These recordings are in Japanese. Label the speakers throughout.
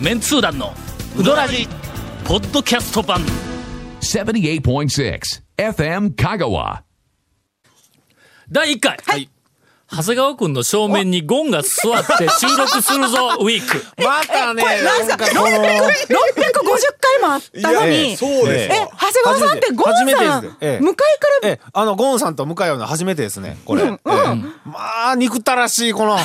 Speaker 1: メンツー団のウドラジポッドキャスト版
Speaker 2: 78.6 FM Kagawa.
Speaker 1: 第1回、長谷川君の正面にゴンが座って収録する ぞウィーク
Speaker 3: またね、なんかこの、
Speaker 4: 六百五十回もあったの
Speaker 3: いやい
Speaker 4: に
Speaker 3: や。
Speaker 5: そうです
Speaker 4: え、
Speaker 5: よ。
Speaker 4: 長谷川さんってゴン
Speaker 3: 初めて
Speaker 4: さ
Speaker 3: 初めて
Speaker 4: ん
Speaker 3: ですええ
Speaker 4: 向かいから
Speaker 3: え、あの、ゴンさんと向かい合うの初めてですね、これ。ええまあ、憎たらしい、この。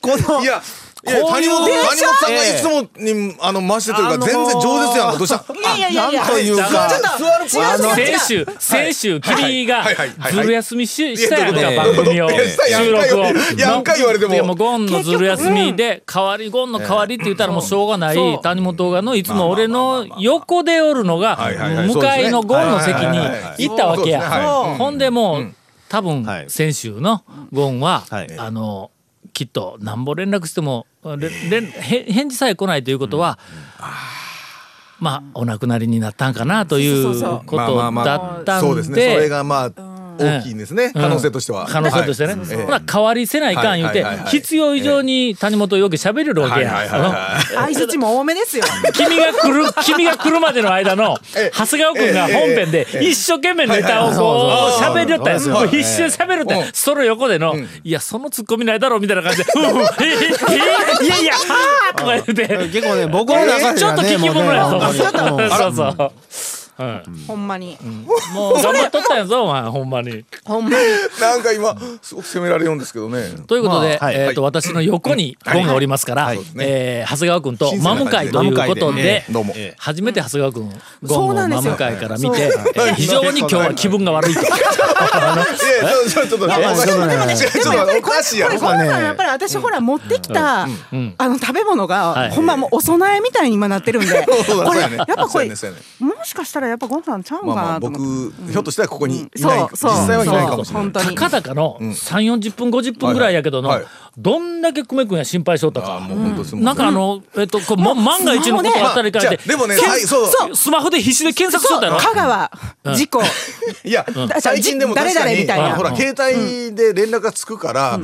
Speaker 3: この、
Speaker 5: いや、いや
Speaker 3: こうい
Speaker 5: 谷
Speaker 3: う
Speaker 5: 本、谷本さんが
Speaker 3: ええ
Speaker 5: いつもに、あの、増してという
Speaker 3: あ
Speaker 5: か、
Speaker 3: のー
Speaker 5: 全然上手やんか、どうした
Speaker 4: いやいやいやいや
Speaker 3: なんというか
Speaker 4: ちょっ、と違う違う違う
Speaker 1: 先週先週君が
Speaker 5: はいはいはいはい
Speaker 1: ずる休みししたやんか
Speaker 3: いや
Speaker 1: 番組を
Speaker 5: いやしたやん
Speaker 1: 収
Speaker 5: か
Speaker 1: 録を
Speaker 5: やんか言われても
Speaker 1: いやうゴンのずる休みで代わりゴンの代わりって言ったらもうしょうがない
Speaker 4: そう
Speaker 1: 谷本がのいつも俺の横でおるのが
Speaker 5: はいはいはい
Speaker 1: 向かいのゴンの席に行ったわけや
Speaker 5: はいはいはいはいそうですねはい
Speaker 1: ほんでもう多分
Speaker 3: はい
Speaker 1: 先週のゴンは
Speaker 3: はい
Speaker 1: あのきっとなんぼ連絡してもれれんへ返事さえ来ないということはまあお亡くなりになったんかなという
Speaker 4: そ
Speaker 1: こ
Speaker 4: うそうそう
Speaker 1: とだった
Speaker 5: そうんですね。それ
Speaker 1: で
Speaker 5: が、まあ、大きいんですね。可能性としては。
Speaker 1: 可能性としてね、
Speaker 5: はい
Speaker 1: ほら代わりせないかん言うて、
Speaker 5: はいはいはいはい
Speaker 1: 必要以上に谷本容疑喋れるわけや、
Speaker 5: はいはいはいは
Speaker 4: 相づちも多めですよ。
Speaker 1: 君が来 る君が来るまでの間の長谷川君が本編で一生懸命ネタをこう喋りよったやつもう必死で喋るってその横での「いやそのツッコミないだろ」みたいな感じで「 うんうんええいやいやはあ」とか言って
Speaker 3: 結構ね、僕の中ではね、
Speaker 1: ちょっと聞き物やぞ
Speaker 3: もうねもうもう
Speaker 1: そうそう。
Speaker 4: ほんまに。
Speaker 1: もう頑張っとったんやぞお前ほんまに。
Speaker 4: ほんまに。
Speaker 5: なんか今、すごく責められるんですけどね。
Speaker 1: ということで、
Speaker 3: まあはい
Speaker 1: えっ、と、私の横にゴンがおりますから、
Speaker 5: いはい
Speaker 1: えー長谷川君と
Speaker 5: 新鮮
Speaker 1: 真
Speaker 5: な
Speaker 1: 向かいと
Speaker 5: 感
Speaker 1: い
Speaker 5: じ
Speaker 1: う
Speaker 3: で
Speaker 1: こと
Speaker 3: 真向かい
Speaker 1: で
Speaker 3: で、
Speaker 5: どうも。
Speaker 1: 初めて長谷川君、ゴン
Speaker 4: そ
Speaker 1: を
Speaker 4: うなん
Speaker 1: 真
Speaker 4: ですよ
Speaker 1: 向かいから見て、
Speaker 4: そう
Speaker 1: えー非常に今日は気分が悪いと。
Speaker 5: いやいやちょっと、ちょっと、
Speaker 3: まあ
Speaker 5: ち
Speaker 3: ちょっとね
Speaker 5: ょっとちょっとおかしいや
Speaker 4: こ
Speaker 5: ろ
Speaker 4: れ、。ゴンさんやっぱり私ほら持ってきた、あの食べ
Speaker 1: は
Speaker 4: 物
Speaker 1: い
Speaker 4: が、ほんまもうお供えみたいに今なってるんで。
Speaker 5: そう
Speaker 4: これ、
Speaker 5: そう
Speaker 4: や
Speaker 5: や
Speaker 4: っぱ
Speaker 5: ね
Speaker 4: こ
Speaker 5: そうや
Speaker 4: れ
Speaker 5: ねそうやね、
Speaker 4: もしかしたらやっぱゴンさんちゃうん
Speaker 5: ま
Speaker 4: か
Speaker 5: あまあ、
Speaker 4: なと
Speaker 5: 僕、
Speaker 4: 思って。
Speaker 5: ひょっとしたらここにいない、
Speaker 4: そう
Speaker 5: 実
Speaker 4: そう
Speaker 5: 際はいないかもしれない
Speaker 4: 本。当に
Speaker 1: たかだかの3、40分、50分ぐらいやけどの、
Speaker 5: はいはい
Speaker 1: どんだけ久米君や心配しとった
Speaker 5: あ
Speaker 1: か。
Speaker 5: もう本当すみ
Speaker 1: な
Speaker 5: ま
Speaker 1: ん
Speaker 5: せん
Speaker 1: かあの、えっと、こうま万が一のこ
Speaker 4: スマ
Speaker 1: と
Speaker 4: ホで
Speaker 1: があったりかん
Speaker 5: じ
Speaker 1: で
Speaker 5: ゃあ、でもね、
Speaker 1: けん
Speaker 5: はいそう。
Speaker 1: スマホで必死で検索しと
Speaker 4: そ
Speaker 1: っ
Speaker 4: う
Speaker 1: たやろ
Speaker 4: 香川事故
Speaker 5: いや、最近でも確か
Speaker 4: 誰々
Speaker 5: に
Speaker 4: みたいな
Speaker 5: あほら携帯で連絡がつくから、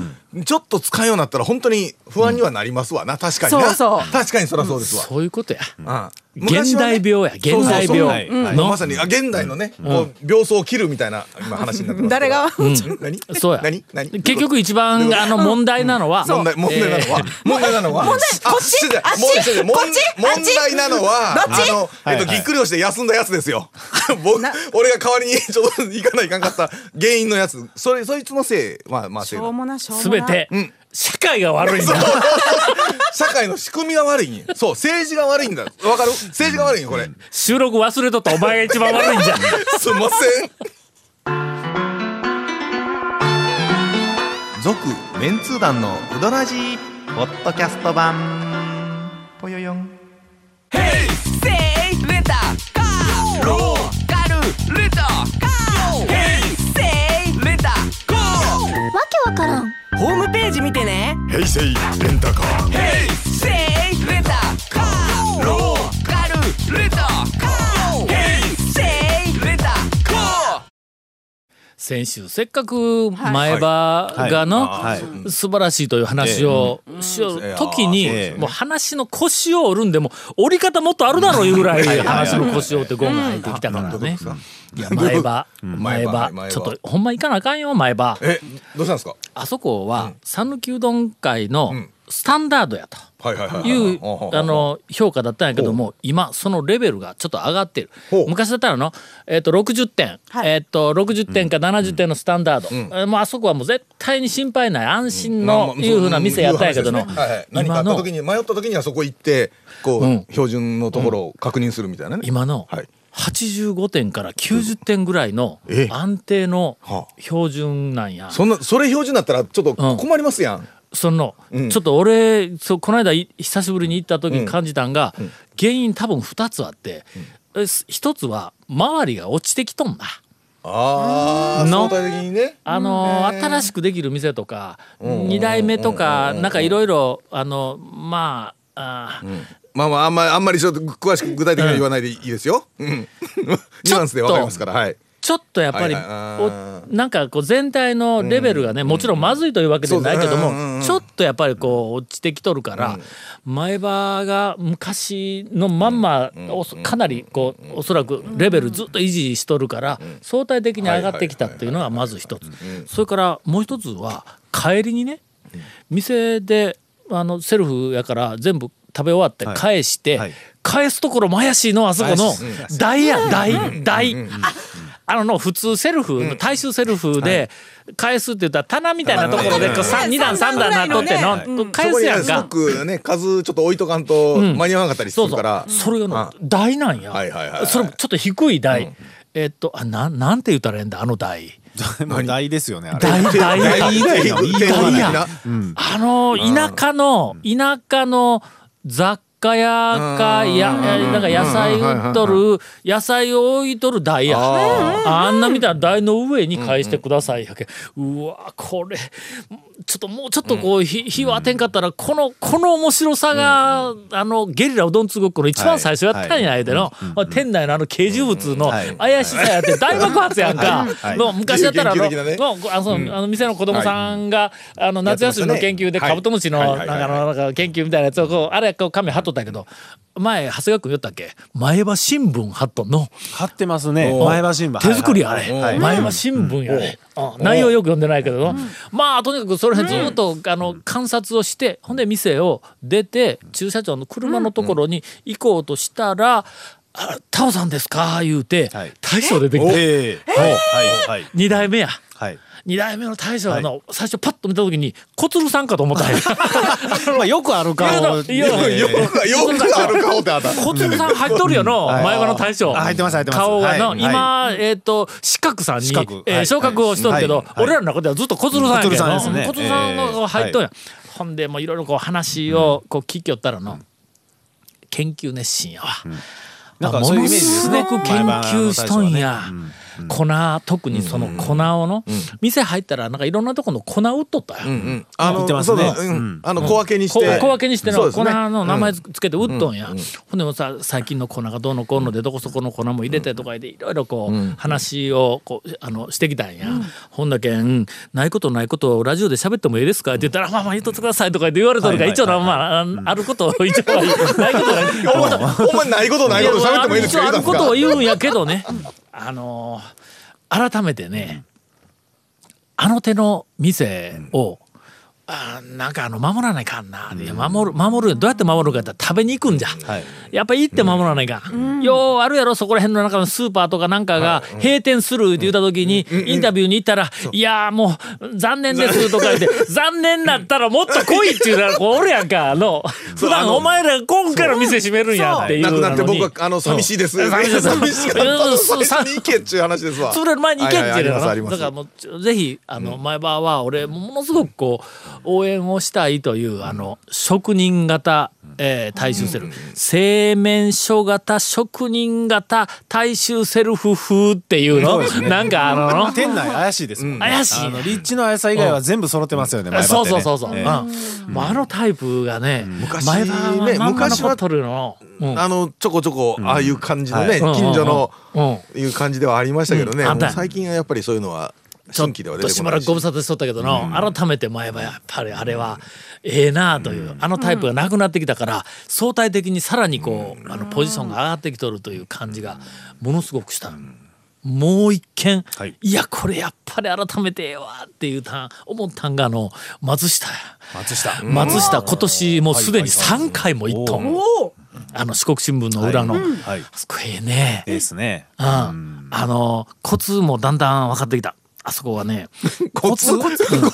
Speaker 5: ちょっと使うようになったら本当に不安にはなりますわな確かにな
Speaker 4: そうそう
Speaker 5: 確かにそりゃそうですわ、
Speaker 1: そういうことや。
Speaker 5: ああ
Speaker 1: 現代病や、現
Speaker 5: そうそうそう
Speaker 1: 代病
Speaker 5: はいはい
Speaker 1: の
Speaker 5: まさにあ現代のね、こう病巣を切るみたいな今話になってますけど
Speaker 4: 誰が
Speaker 5: 何
Speaker 1: そうや。
Speaker 5: 何何
Speaker 1: 結局一番あの問題なのは、
Speaker 5: 問題問題なのは、問題なのは問題
Speaker 4: こっちあっちこっちあっち
Speaker 5: 問題なのは
Speaker 4: どっち
Speaker 5: あのえっと
Speaker 3: はいはい
Speaker 5: ぎっくり腰で休んだやつですよ 僕
Speaker 4: な
Speaker 5: 俺が代わりにちょっと行かないかんかった原因のやつそれそいつのせいまあまあ
Speaker 4: し
Speaker 5: せい
Speaker 4: ょう
Speaker 5: だ
Speaker 4: もなしょうも
Speaker 1: す
Speaker 4: な
Speaker 1: べて、社会が悪いんだ。
Speaker 5: 社会の仕組みが悪いんやそう政治が悪いんだわかる政治が悪いんやこれ
Speaker 1: 収録忘れとったお前が一番悪いんじゃん。
Speaker 5: すんません
Speaker 6: 続メンツー団のうどらじポッドキャスト版ぽよよん
Speaker 1: 先週せっかく前歯が
Speaker 3: はいはい
Speaker 1: の素晴らしいという話をしよる時に
Speaker 3: ええ
Speaker 1: もう話の腰を折るんでも折り方もっとあるだろういうぐらい話の腰を折ってゴンが入ってきたからねいや前歯前
Speaker 5: 前
Speaker 1: 歯
Speaker 5: 歯
Speaker 1: ちょっとほんま行かなあかんよ前歯
Speaker 5: えどうしたんですか
Speaker 1: あそこは讃岐うどん会のスタンダードやと。
Speaker 5: はいはいはいはい
Speaker 1: いう
Speaker 5: ほうほうほう
Speaker 1: あの評価だったんやけども今そのレベルがちょっと上がってる
Speaker 5: ほう
Speaker 1: 昔だったらあの、えっと60点、
Speaker 4: はい
Speaker 1: えっと60点か70点のスタンダード、えーもうあそこはもう絶対に心配ない安心のいうふうな店やったんやけどの、
Speaker 5: うんそういう話ですねはいはい何か
Speaker 1: 今
Speaker 5: あった
Speaker 1: の
Speaker 5: 時に迷った時にはそこ行ってこう、
Speaker 1: うん
Speaker 5: 標準のところを確認するみたいなね、
Speaker 1: 今の
Speaker 5: はい
Speaker 1: 85点から90点ぐらいの
Speaker 5: え
Speaker 1: 安定の
Speaker 5: はあ
Speaker 1: 標準なんや。
Speaker 5: そんなそれ標準だったらちょっと
Speaker 1: うん
Speaker 5: 困りますやん、
Speaker 1: その、
Speaker 5: うん
Speaker 1: ちょっと俺そうこの間い久しぶりに行った時に感じたんが、原因多分2つあって、えす一つは周りが落ちてきとんな。
Speaker 5: ああ
Speaker 1: の
Speaker 5: 相対的にね
Speaker 1: あのー新しくできる店とか2代目とかなんかいろいろあのまああー
Speaker 5: まあまああ んまりあんまりちょっと詳しく具体的には言わないでいいですよ、うん、ニュアンスでわかりますからはい
Speaker 1: ちょっとやっぱり、
Speaker 5: はいはい
Speaker 1: おなんかこう全体のレベルがね、もちろんまずいというわけではないけども、
Speaker 5: そうだねうんうんうん
Speaker 1: ちょっとやっぱりこう落ちてきとるから、前歯が昔のまんま、おそかなりこうおそらくレベルずっと維持しとるから、相対的に上がってきたっていうのがまず一つ、それからもう一つは帰りにね店であのセルフやから全部食べ終わって返して、
Speaker 3: はい
Speaker 1: 返すところも怪しいのあそこの
Speaker 3: 怪し
Speaker 1: 台や台台ああのの普通セルフの大衆セルフで返すって言ったら棚みたいなところでこう
Speaker 4: はい
Speaker 1: 2段3段なっとって
Speaker 4: 三段ぐらいの
Speaker 1: の
Speaker 5: そ
Speaker 1: 返
Speaker 5: こ
Speaker 1: す
Speaker 5: に
Speaker 1: やん
Speaker 5: ねすご
Speaker 1: か
Speaker 5: くね数ちょっと置いとかんと間に合わなかったりす
Speaker 1: そう
Speaker 5: る
Speaker 1: そ
Speaker 5: から
Speaker 1: う、それがの台なんや
Speaker 5: はいはいはいはい
Speaker 1: それもちょっと低い台えっとあなんなんて言ったらええんだあの台
Speaker 3: もう大ですよねあれ
Speaker 1: 大大
Speaker 5: 大以外の
Speaker 1: 大
Speaker 5: 大
Speaker 1: や
Speaker 5: やな
Speaker 1: あの田舎の田舎の雑貨屋かやなんか野菜売っとる野菜を置いとる台やあんなみたいな台の上に返してくださいやけうわこれちょっともうちょっとこう火火を当てんかったらこのこの面白さがあのゲリラうどんつごっこの一番最初やったんやでの店内のあの軽重物の
Speaker 3: はい
Speaker 1: 怪しさやって大爆発やんか
Speaker 3: はい
Speaker 1: の昔やったらあの
Speaker 5: 自由研究的なね
Speaker 1: もうあそのあの店の子供さんが、あの夏休みの研究で
Speaker 5: はい
Speaker 1: カブトムシの
Speaker 5: はい
Speaker 1: なん
Speaker 5: はい
Speaker 1: かあのなんか研究みたいなやつをこうあれこう紙貼っとったけど前長谷川君言ったっけ前歯新聞貼っとんの
Speaker 3: 貼ってますね前橋新聞
Speaker 1: 手作りあれ、
Speaker 3: はい
Speaker 1: 前歯新聞やね、あ内容よく読んでないけど、まあとにかくそれ辺ずっと、あの観察をしてほんで店を出て駐車場の車のところに行こうとしたら「あタオさんですか?」言うて、
Speaker 3: はい
Speaker 1: 大将出てきて
Speaker 3: ええはいはい
Speaker 1: 2代目や。
Speaker 3: はい
Speaker 1: 二代目の大将の、最初パッと見た時に小鶴さんかと思ったんや
Speaker 3: まあよくある顔を
Speaker 1: いやいやいや
Speaker 5: よくよくある顔ってあった
Speaker 1: 小鶴さん入っとるよの前歯の大将
Speaker 3: あ入ってます入ってます
Speaker 1: 顔がの、
Speaker 3: はい
Speaker 1: 今、えっ、と四角さんに
Speaker 3: 四角
Speaker 1: えー
Speaker 3: はい
Speaker 1: 昇格をしとるけど、
Speaker 3: はいはい
Speaker 1: 俺らの中ではずっと小鶴さんやけど
Speaker 3: 小鶴さんですね
Speaker 1: 小鶴さんがこう入っとんや、ほんでもういろいろこう話をこう聞きよったらの、研究熱心やわ。
Speaker 3: なんか
Speaker 1: も
Speaker 3: そういう
Speaker 1: の
Speaker 3: イメージです
Speaker 1: す
Speaker 3: ね
Speaker 1: ごく研究しとんや
Speaker 3: 前歯の大将はねうん。
Speaker 1: 粉特にその粉をの、店入ったらなんかいろんなとこの粉売っとったよ、
Speaker 5: うんうんあ
Speaker 3: 売っ
Speaker 5: の
Speaker 3: てます
Speaker 5: そう
Speaker 3: ね
Speaker 5: だうんあの小分けにして
Speaker 1: こ小分けにして
Speaker 5: そう
Speaker 1: の
Speaker 5: です
Speaker 1: 粉
Speaker 5: ね
Speaker 1: の名前つつけて売っとんや、ほんでもさ最近の粉がどうのこうのでどこそこの粉も入れてとかでいろいろこう、話をこうあのしてきたんや、ほんだけん「ないことないことをラジオで喋ってもいいですか?」って言ったら「まあまあ言っとってください」とか言われとるから、
Speaker 3: はいはい
Speaker 1: 一応なまあああることを一応はないことない
Speaker 5: お前お前ないことないこと喋ってもいいです
Speaker 1: や
Speaker 5: か
Speaker 1: ある
Speaker 5: 言う
Speaker 1: こ
Speaker 5: た
Speaker 1: とを
Speaker 5: んすか
Speaker 1: 言うんやけどねあのー改めてねあの手の店を、あーなんかあの守らないかんな、いや守る守るどうやって守るかって言ったら食べに行くんじゃ、
Speaker 3: はい
Speaker 1: やっぱり行って守らないかん、ようあるやろそこら辺の中のスーパーとかなんかが閉店するって言った時にインタビューに行ったら「いやーもう残念です」とか言って「残念だったらもっと来い」って言うならこうおるやんかあの普段お前ら今回の店閉めるんやっていう
Speaker 5: な
Speaker 1: の
Speaker 5: く
Speaker 1: に
Speaker 5: なって僕はあの寂しいで す
Speaker 1: 寂しいです
Speaker 5: 寂しかった
Speaker 1: うん
Speaker 5: 最初に行けっちゅう話ですわ
Speaker 1: 潰れる前に行けって
Speaker 5: はいいうはいありま
Speaker 1: のだ
Speaker 5: すあります
Speaker 1: からもうちょぜひあの前場は俺ものすごくこう応援をしたいというあの職人型えー大衆セルフ製麺所型職人型大衆セルフ風っていうのなんかあのの
Speaker 3: 店内怪しいですもんね
Speaker 1: 怪しい
Speaker 3: あの立地の怪しさ以外は全部揃ってますよね前歯
Speaker 1: そう
Speaker 3: って
Speaker 1: そ
Speaker 3: ね
Speaker 1: うそうそう、
Speaker 3: ええ
Speaker 1: うんまああのタイプがね
Speaker 5: 昔
Speaker 1: 前歯は
Speaker 5: ね
Speaker 1: まんま
Speaker 5: 昔は
Speaker 1: 残っとるのうん
Speaker 5: あのちょこちょこああいう感じのね
Speaker 1: はい
Speaker 5: 近所の
Speaker 1: うん
Speaker 5: いう感じではありましたけどね
Speaker 1: うんあった
Speaker 5: もう最近はやっぱりそういうのは
Speaker 1: ちょ
Speaker 5: 新
Speaker 1: っ
Speaker 5: 規では出
Speaker 1: と
Speaker 5: て
Speaker 1: し
Speaker 5: こ
Speaker 1: ばら
Speaker 5: ない
Speaker 1: く
Speaker 5: し
Speaker 1: ご無沙汰しとったけどの、改めて前はやっぱりあれはええなあという、あのタイプがなくなってきたから相対的にさらにこう、あのポジションが上がってきとるという感じがものすごくした。もう一件、
Speaker 3: はい
Speaker 1: い、やこれやっぱり改めてええわっていうたん思ったんがあの松下や
Speaker 3: 松下
Speaker 1: 松下今年もうすでに3回も行っとん、あの四国新聞の裏の、
Speaker 3: はい
Speaker 1: あそこええね
Speaker 3: ですね
Speaker 1: うん、あのコツもだんだん分かってきたあそこはね
Speaker 5: コツコツ今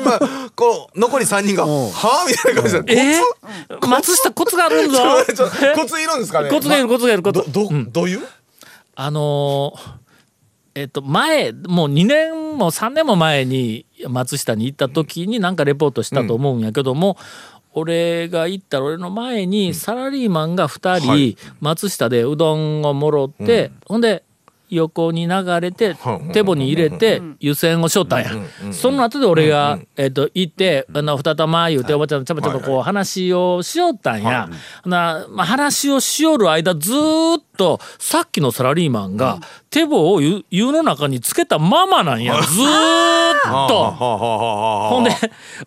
Speaker 5: 今こう残り三人が
Speaker 3: うん
Speaker 5: はあみたいな感じで
Speaker 1: えー、松下コツがあるんぞ
Speaker 5: ちょコツいるんですかね
Speaker 1: コツがいるコツがいるコ
Speaker 5: ど
Speaker 1: ツ
Speaker 5: ど
Speaker 1: うん
Speaker 5: どういう
Speaker 1: あのーえっと前もう2年も3年も前に松下に行った時に何かレポートしたと思うんやけども、俺が行ったら俺の前にサラリーマンが2人、
Speaker 5: はい
Speaker 1: 松下でうどんをもろって、ほんで横に流れて
Speaker 5: うん
Speaker 1: 手棒に入れて湯煎をしよったんやその後で俺がえっと行って「あの二玉」言うておばちゃんとちゃばちゃばこう話をしよったんやなまあ話をしよる間ずーっとさっきのサラリーマンが手棒を湯湯の中につけたままなんやずーっと。ほんで、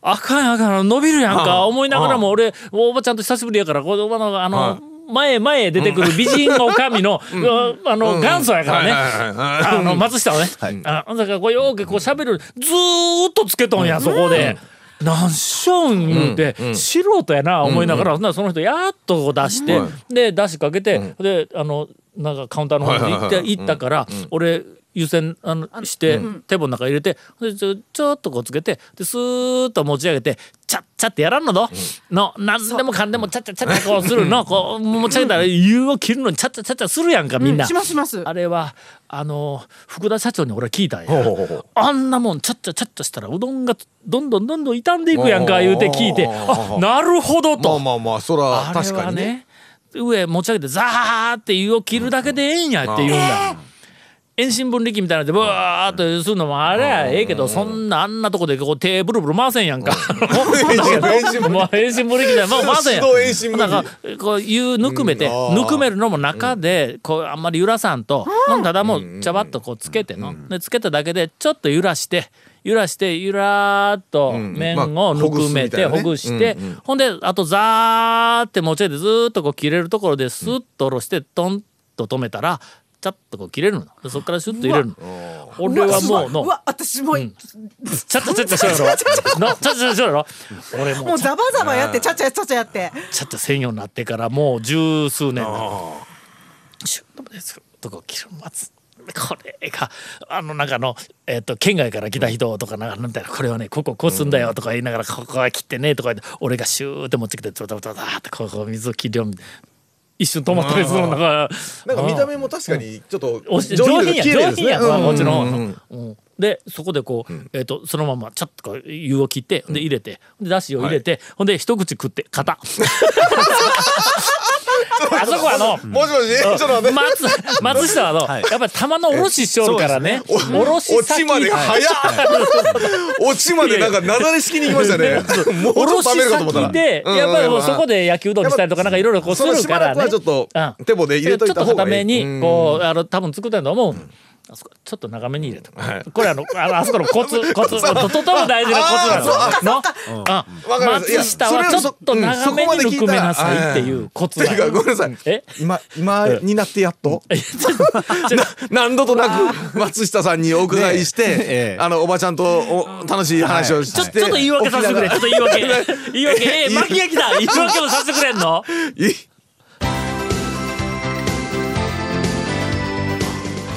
Speaker 1: あかんあかん、伸びるやんか、思いながらも俺、おばちゃんと久しぶりやから、この、あの、あの、前へ前へ出てくる美人の神の、うん あの、元祖やからね。あの、松下をね。あの、だからこう、ようけこう喋る、ずーっとつけとんや、そこで。なんしょん言うて、素人やな思いながら、ほんならその人やっとこう出して、で出しかけて、であのなんかカウンターの方に行って、行ったから、俺湯煎あのして、手棒の中入れてでちょちょっとこうつけてでスーッと持ち上げてちゃっちゃってやらんのど、の何でもかんでもちゃっちゃちゃっちゃこうするのこう持ち上げたら湯を切るのにちゃっちゃちゃっちゃするやんかみんな。
Speaker 4: しますします。
Speaker 1: あれはあの福田社長に俺は聞いたんや
Speaker 5: ほうほうほう
Speaker 1: あんなもんちゃっちゃちゃっちゃしたらうどんがどんどんどんどん傷んでいくやんか言うて聞いてあなるほど
Speaker 5: まあ
Speaker 1: と
Speaker 5: まあまあそら
Speaker 1: あれ
Speaker 5: 確か
Speaker 1: は
Speaker 5: にね
Speaker 1: ね上持ち上げてザーって湯を切るだけでええんやって言うんだ遠心分力みたいなのでブワーっとするのもあれはええけどそんなあんなとこでこう手ブルブル回せんやん か もう遠心分力みたいなもう回せんやん
Speaker 5: 指導遠心分離
Speaker 1: なんかこう湯ぬくめて、
Speaker 5: うんあー
Speaker 1: ぬくめるのも中でこうあんまり揺らさんと、うん、ただもうちゃばっとこうつけての、でつけただけでちょっと揺らして揺らしてゆらーっと麺をぬくめて、
Speaker 5: まあ
Speaker 1: ほ
Speaker 5: ほ
Speaker 1: ぐ
Speaker 5: ぐ
Speaker 1: し
Speaker 5: す
Speaker 1: て、
Speaker 5: みたいなねうん
Speaker 1: ほんであとザーって持ち上げてずーっとこう切れるところでスッと下ろしてトンと止めたらちゃっとこう切れるのでそっからシュッと入れるの俺はもう
Speaker 4: うわすごい
Speaker 1: の
Speaker 4: うわ私もう、
Speaker 1: ちゃっちゃちゃっちゃしろやろのちゃっちゃちゃしろやろ俺も
Speaker 4: も
Speaker 1: う
Speaker 4: うザバザバやってちゃちゃちゃちゃやって。
Speaker 1: ちゃっと専用になってからもう十数年シュッともですとこ切る待つこれがあの中の、えっと県外から来た人とかなんかみたいなこれはねこここうすんだよとか言いながら、ここは切ってねとか言って俺がシューって持ってきてドタドタドタってこうこう水を切るよ一瞬止まったりするのだから
Speaker 5: なんか見た目も確かにちょっと
Speaker 1: おし上品や
Speaker 5: 綺麗
Speaker 1: 上
Speaker 5: です
Speaker 1: 品
Speaker 5: ね
Speaker 1: や、こっちの方
Speaker 5: うん
Speaker 1: の
Speaker 5: うんうん
Speaker 1: うんでそこでこう、えっ、とそのままちょっとこう湯を切ってで入れてでだしを入れて、ほんで一口食って 肩あそこはあの、
Speaker 5: もしもしちょっと待って
Speaker 1: 松松下はあの、やっぱり玉のおろししおるからね
Speaker 5: お
Speaker 1: おろし
Speaker 5: 落
Speaker 1: 先
Speaker 5: ちまで早っ落ちまでなんかなだれ式に行きましたねもうち
Speaker 1: お
Speaker 5: ょ
Speaker 1: ろ
Speaker 5: っ
Speaker 1: し
Speaker 5: と食べるかと思ったら
Speaker 1: 先で
Speaker 5: うん
Speaker 1: やっぱりもうそこ
Speaker 5: で
Speaker 1: で焼きうどんにしたりとかなんかいろいろこうす
Speaker 5: その
Speaker 1: る
Speaker 5: し
Speaker 1: か
Speaker 5: ばら
Speaker 1: ら
Speaker 5: くは
Speaker 1: ね
Speaker 5: ちょっと
Speaker 1: うん
Speaker 5: 手棒で入れといた
Speaker 1: ちょっ
Speaker 5: 方
Speaker 1: と
Speaker 5: が
Speaker 1: 固
Speaker 5: い
Speaker 1: め
Speaker 5: い
Speaker 1: にこうあの多分作ったんだと思うあそこちょっと長めに入れた、これあのあのあそこのコツコツととても大事なコツなのあ
Speaker 5: わかりますいや
Speaker 1: 松下は
Speaker 5: それは
Speaker 1: ちょっと
Speaker 5: うん
Speaker 1: 長めにぬくめなさいっていうコツ
Speaker 5: てかごめんなさい
Speaker 1: え
Speaker 5: 今今になってやっと
Speaker 1: えちょっとちょっと
Speaker 5: 何度となく松下さんにお伺いして、
Speaker 3: ねええ
Speaker 5: あのおばちゃんとお楽しい話をし
Speaker 1: ちょ
Speaker 5: て、
Speaker 1: ちょっと言い訳させてくれ。ちょっと言い訳。言い訳。えー、巻きが来た。言い訳もさせてくれんの
Speaker 5: い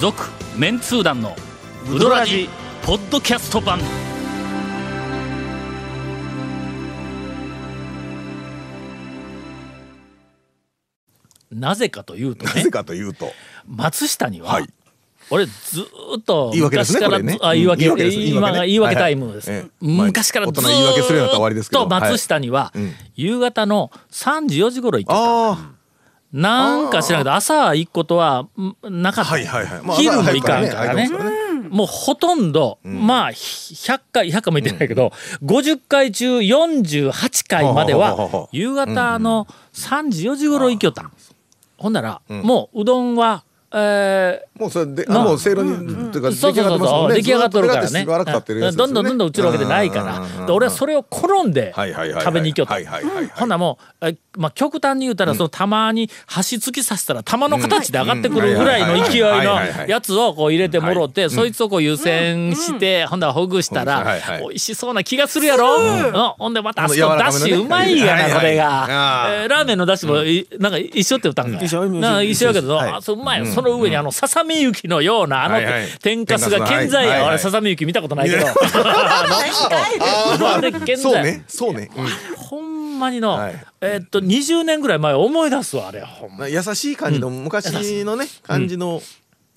Speaker 1: 続、メンツー団の、ウドラジ、ポッドキャスト版。なぜかというと
Speaker 5: な
Speaker 1: ね
Speaker 5: ぜ、かというと、
Speaker 1: 松下には、
Speaker 5: はい
Speaker 1: 俺ずーっと
Speaker 5: 言い訳ですね
Speaker 1: 昔から
Speaker 5: これね
Speaker 1: あ言い訳
Speaker 5: うん言い訳です
Speaker 1: 言い訳
Speaker 5: 言い訳ね
Speaker 1: 言い訳タイムです、
Speaker 5: はいはいええ
Speaker 1: 昔からず
Speaker 5: 大人言い訳するようになったら終わり
Speaker 1: ー
Speaker 5: です
Speaker 1: っ
Speaker 5: けど
Speaker 1: と松下には、
Speaker 5: はいうん
Speaker 1: 夕方の3時4時頃行って
Speaker 5: あ
Speaker 1: なんか知らんけど朝行くことはんなか
Speaker 5: あ、
Speaker 1: った、
Speaker 5: はいはいはい。まあ
Speaker 1: 昼も
Speaker 5: 朝
Speaker 1: 行かんからね
Speaker 5: 早いからね
Speaker 1: もうほとんど、まあ100回100回も行ってないけど、50回中48回まで
Speaker 5: ほうほうほうほ
Speaker 1: は
Speaker 5: う
Speaker 1: 夕方の3時4時頃行きよった、ほんなら、もううどんはえー
Speaker 5: もうそれで、
Speaker 1: なあ
Speaker 5: もうせいろに、っていうか出来
Speaker 1: そう
Speaker 5: 上
Speaker 1: そうそう
Speaker 5: がってますも
Speaker 1: そ
Speaker 5: ん
Speaker 1: う
Speaker 5: ね。
Speaker 1: 出来上がっとるから
Speaker 5: ずと
Speaker 1: ね
Speaker 5: しばらく経ってるやつです
Speaker 1: どん
Speaker 5: よね
Speaker 1: どんどんどん落ちるわけでないか
Speaker 5: うんうんうんう
Speaker 1: ら
Speaker 5: ん
Speaker 1: で俺はそれを転んで
Speaker 5: はいはいはいはい
Speaker 1: 食べに行きよった
Speaker 5: はいはいはいはい
Speaker 1: ほんならもうえまあ極端に言うたらそのたまに箸突き刺したら玉の形で上がってくるぐらいの勢い
Speaker 5: うんはいはいはいはい
Speaker 1: のやつをこう入れてもろてそいつをこう湯煎してほんならほぐした
Speaker 5: ほぐ
Speaker 1: ら
Speaker 5: したはいはい
Speaker 1: 美味しそうな気がするやろうんほんでまたあそこ
Speaker 5: この柔ら
Speaker 1: だ
Speaker 5: かめのね
Speaker 1: しうまいや
Speaker 5: は
Speaker 1: な
Speaker 5: いはい
Speaker 1: これ
Speaker 5: あ
Speaker 1: が
Speaker 5: ー
Speaker 1: えーラーメンのだしもいなんか一緒って言ったんかい
Speaker 3: 一緒一緒
Speaker 1: なんか一緒やけど
Speaker 3: はい
Speaker 1: あそううまいその上にあのささみ雪のようなあの
Speaker 5: はいはい
Speaker 1: 天かすが健在
Speaker 5: はい
Speaker 1: や
Speaker 5: はい
Speaker 1: 俺ささみ雪見たことないけど あれ健
Speaker 5: そう
Speaker 1: 在
Speaker 5: ね、そうね。うん
Speaker 1: ほんまにの、
Speaker 5: はい
Speaker 1: えーっと20年ぐらい前思い出すわあれほんま
Speaker 5: 優しい感じの、昔のね、感じの。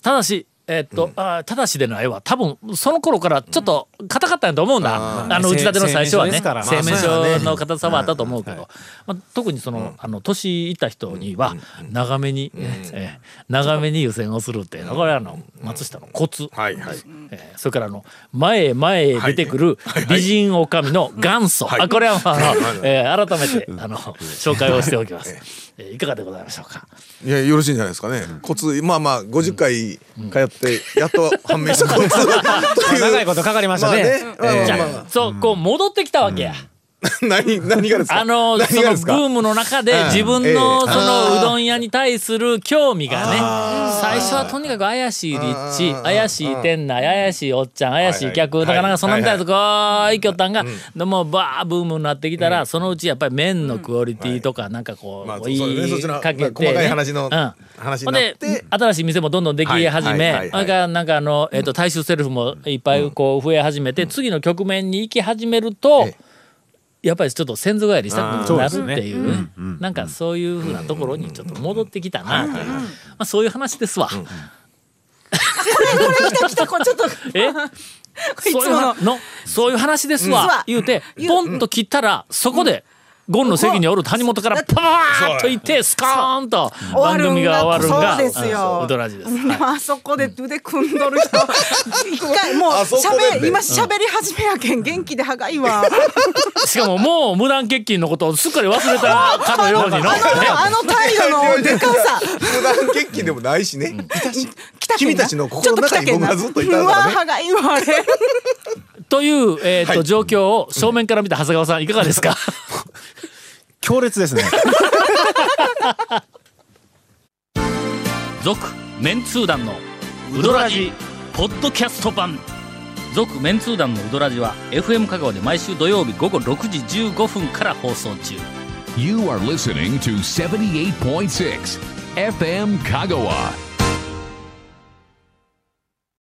Speaker 1: ただしえっと、あーただしでの絵は多分その頃からちょっと硬かったんやと思うんだ、あの
Speaker 3: せ
Speaker 1: 内立ての最初はね
Speaker 3: 製麺所ですから
Speaker 1: 製麺
Speaker 5: まあそうや
Speaker 1: 所
Speaker 5: ね
Speaker 1: の硬さはあったと思うけど、まあ、特にその,、あの年いった人には長めに、えー長めに湯煎をするっていうのがこれはあの松下のコツ、
Speaker 5: はいはい。
Speaker 1: えーそれからあの前へ前へ出てくる美人女将の元祖、
Speaker 5: い
Speaker 1: あこれはまああの
Speaker 5: い
Speaker 1: えー改めてあの紹介をしておきます、えーいかがでございましょうか
Speaker 5: いや、よろしいんじゃないですかね。コツ、まあまあ、50回通って、やっと判明したコツ。と
Speaker 3: 長
Speaker 5: い。
Speaker 3: いうことかかりました
Speaker 5: まあね
Speaker 3: ね。
Speaker 5: まあ
Speaker 1: じ
Speaker 5: まあ
Speaker 1: ゃ
Speaker 5: ま
Speaker 1: あそうこう戻ってきたわけや。
Speaker 5: あ、何、何がですか
Speaker 1: あの
Speaker 5: 何がです
Speaker 1: そのブー
Speaker 5: か
Speaker 1: ムの中で
Speaker 5: うん
Speaker 1: 自分
Speaker 5: ええ
Speaker 1: のそ
Speaker 5: あ
Speaker 1: の
Speaker 5: ー
Speaker 1: うどん屋に対する興味がね
Speaker 5: あー
Speaker 1: 最初はとにかく怪しい立地
Speaker 5: あー
Speaker 1: 怪しい店内怪しいおっちゃん怪しい客
Speaker 5: は
Speaker 1: だか
Speaker 5: いはい
Speaker 1: らなんかそんなんみたいなとこ行きょったんが
Speaker 5: うん
Speaker 1: でもバーブームになってきたらそのうちやっぱり麺のクオリティとかなんかこ
Speaker 5: まあ
Speaker 1: う
Speaker 5: そう
Speaker 1: い
Speaker 5: そうねそっ
Speaker 1: い
Speaker 5: ちの
Speaker 1: かけて
Speaker 5: 細かい話の
Speaker 1: うん
Speaker 5: 話
Speaker 1: ほ
Speaker 5: に
Speaker 1: ん
Speaker 5: なっ
Speaker 1: で
Speaker 5: て
Speaker 1: 新しい店もどんどんでき始
Speaker 5: はいはいはいは
Speaker 1: め
Speaker 5: い
Speaker 1: それからなんかあのえっと大衆セルフもいっぱいこう増え始めて次の局面に行き始めると
Speaker 5: ええ
Speaker 1: やっぱりちょっと先祖返りしたくな
Speaker 3: あーそ
Speaker 1: る
Speaker 3: う
Speaker 1: っ
Speaker 3: ですね
Speaker 1: ていうねなんかそういうふうなところにちょっと戻ってきたなという、まあ、そういう話ですわ。
Speaker 4: 来た来たこれちょっと
Speaker 1: え
Speaker 4: いつ
Speaker 1: そう
Speaker 4: も
Speaker 1: いう
Speaker 4: の
Speaker 1: はのそういう話です
Speaker 4: うん
Speaker 1: わ言うて
Speaker 4: 言う
Speaker 1: ポンと切ったらそこでゴンの席におる谷本からパーッといってスコーンと
Speaker 4: 終わ
Speaker 1: 番
Speaker 4: るんが
Speaker 1: 組が終わるんが
Speaker 4: そうですよ
Speaker 1: うんウドラジです。はい
Speaker 4: あそこで腕組んどる人 一回もう
Speaker 5: あそ
Speaker 4: しゃ
Speaker 5: こでね
Speaker 4: べ今しゃべり始めやけん元気ではがいわ
Speaker 1: しかももう無断欠勤のことをすっかり忘れたかのようにの。
Speaker 4: あの態 度のでかさ
Speaker 5: 無断欠勤でもないしね。
Speaker 4: 来たけんな
Speaker 5: 君たちの心の中に
Speaker 4: ちょっと来けんな
Speaker 5: 僕がずっといたんだからね
Speaker 4: うわはがいわあれ
Speaker 1: という、えーと状況を正面から見た長谷川さんいかがですか
Speaker 3: 強烈ですね。
Speaker 1: 続メンツー団のウドラジポッドキャスト版続メンツー団のウドラジは FM 香川で毎週土曜日午後6時15分から放送中
Speaker 2: You are listening to 78.6 FM Kagawa.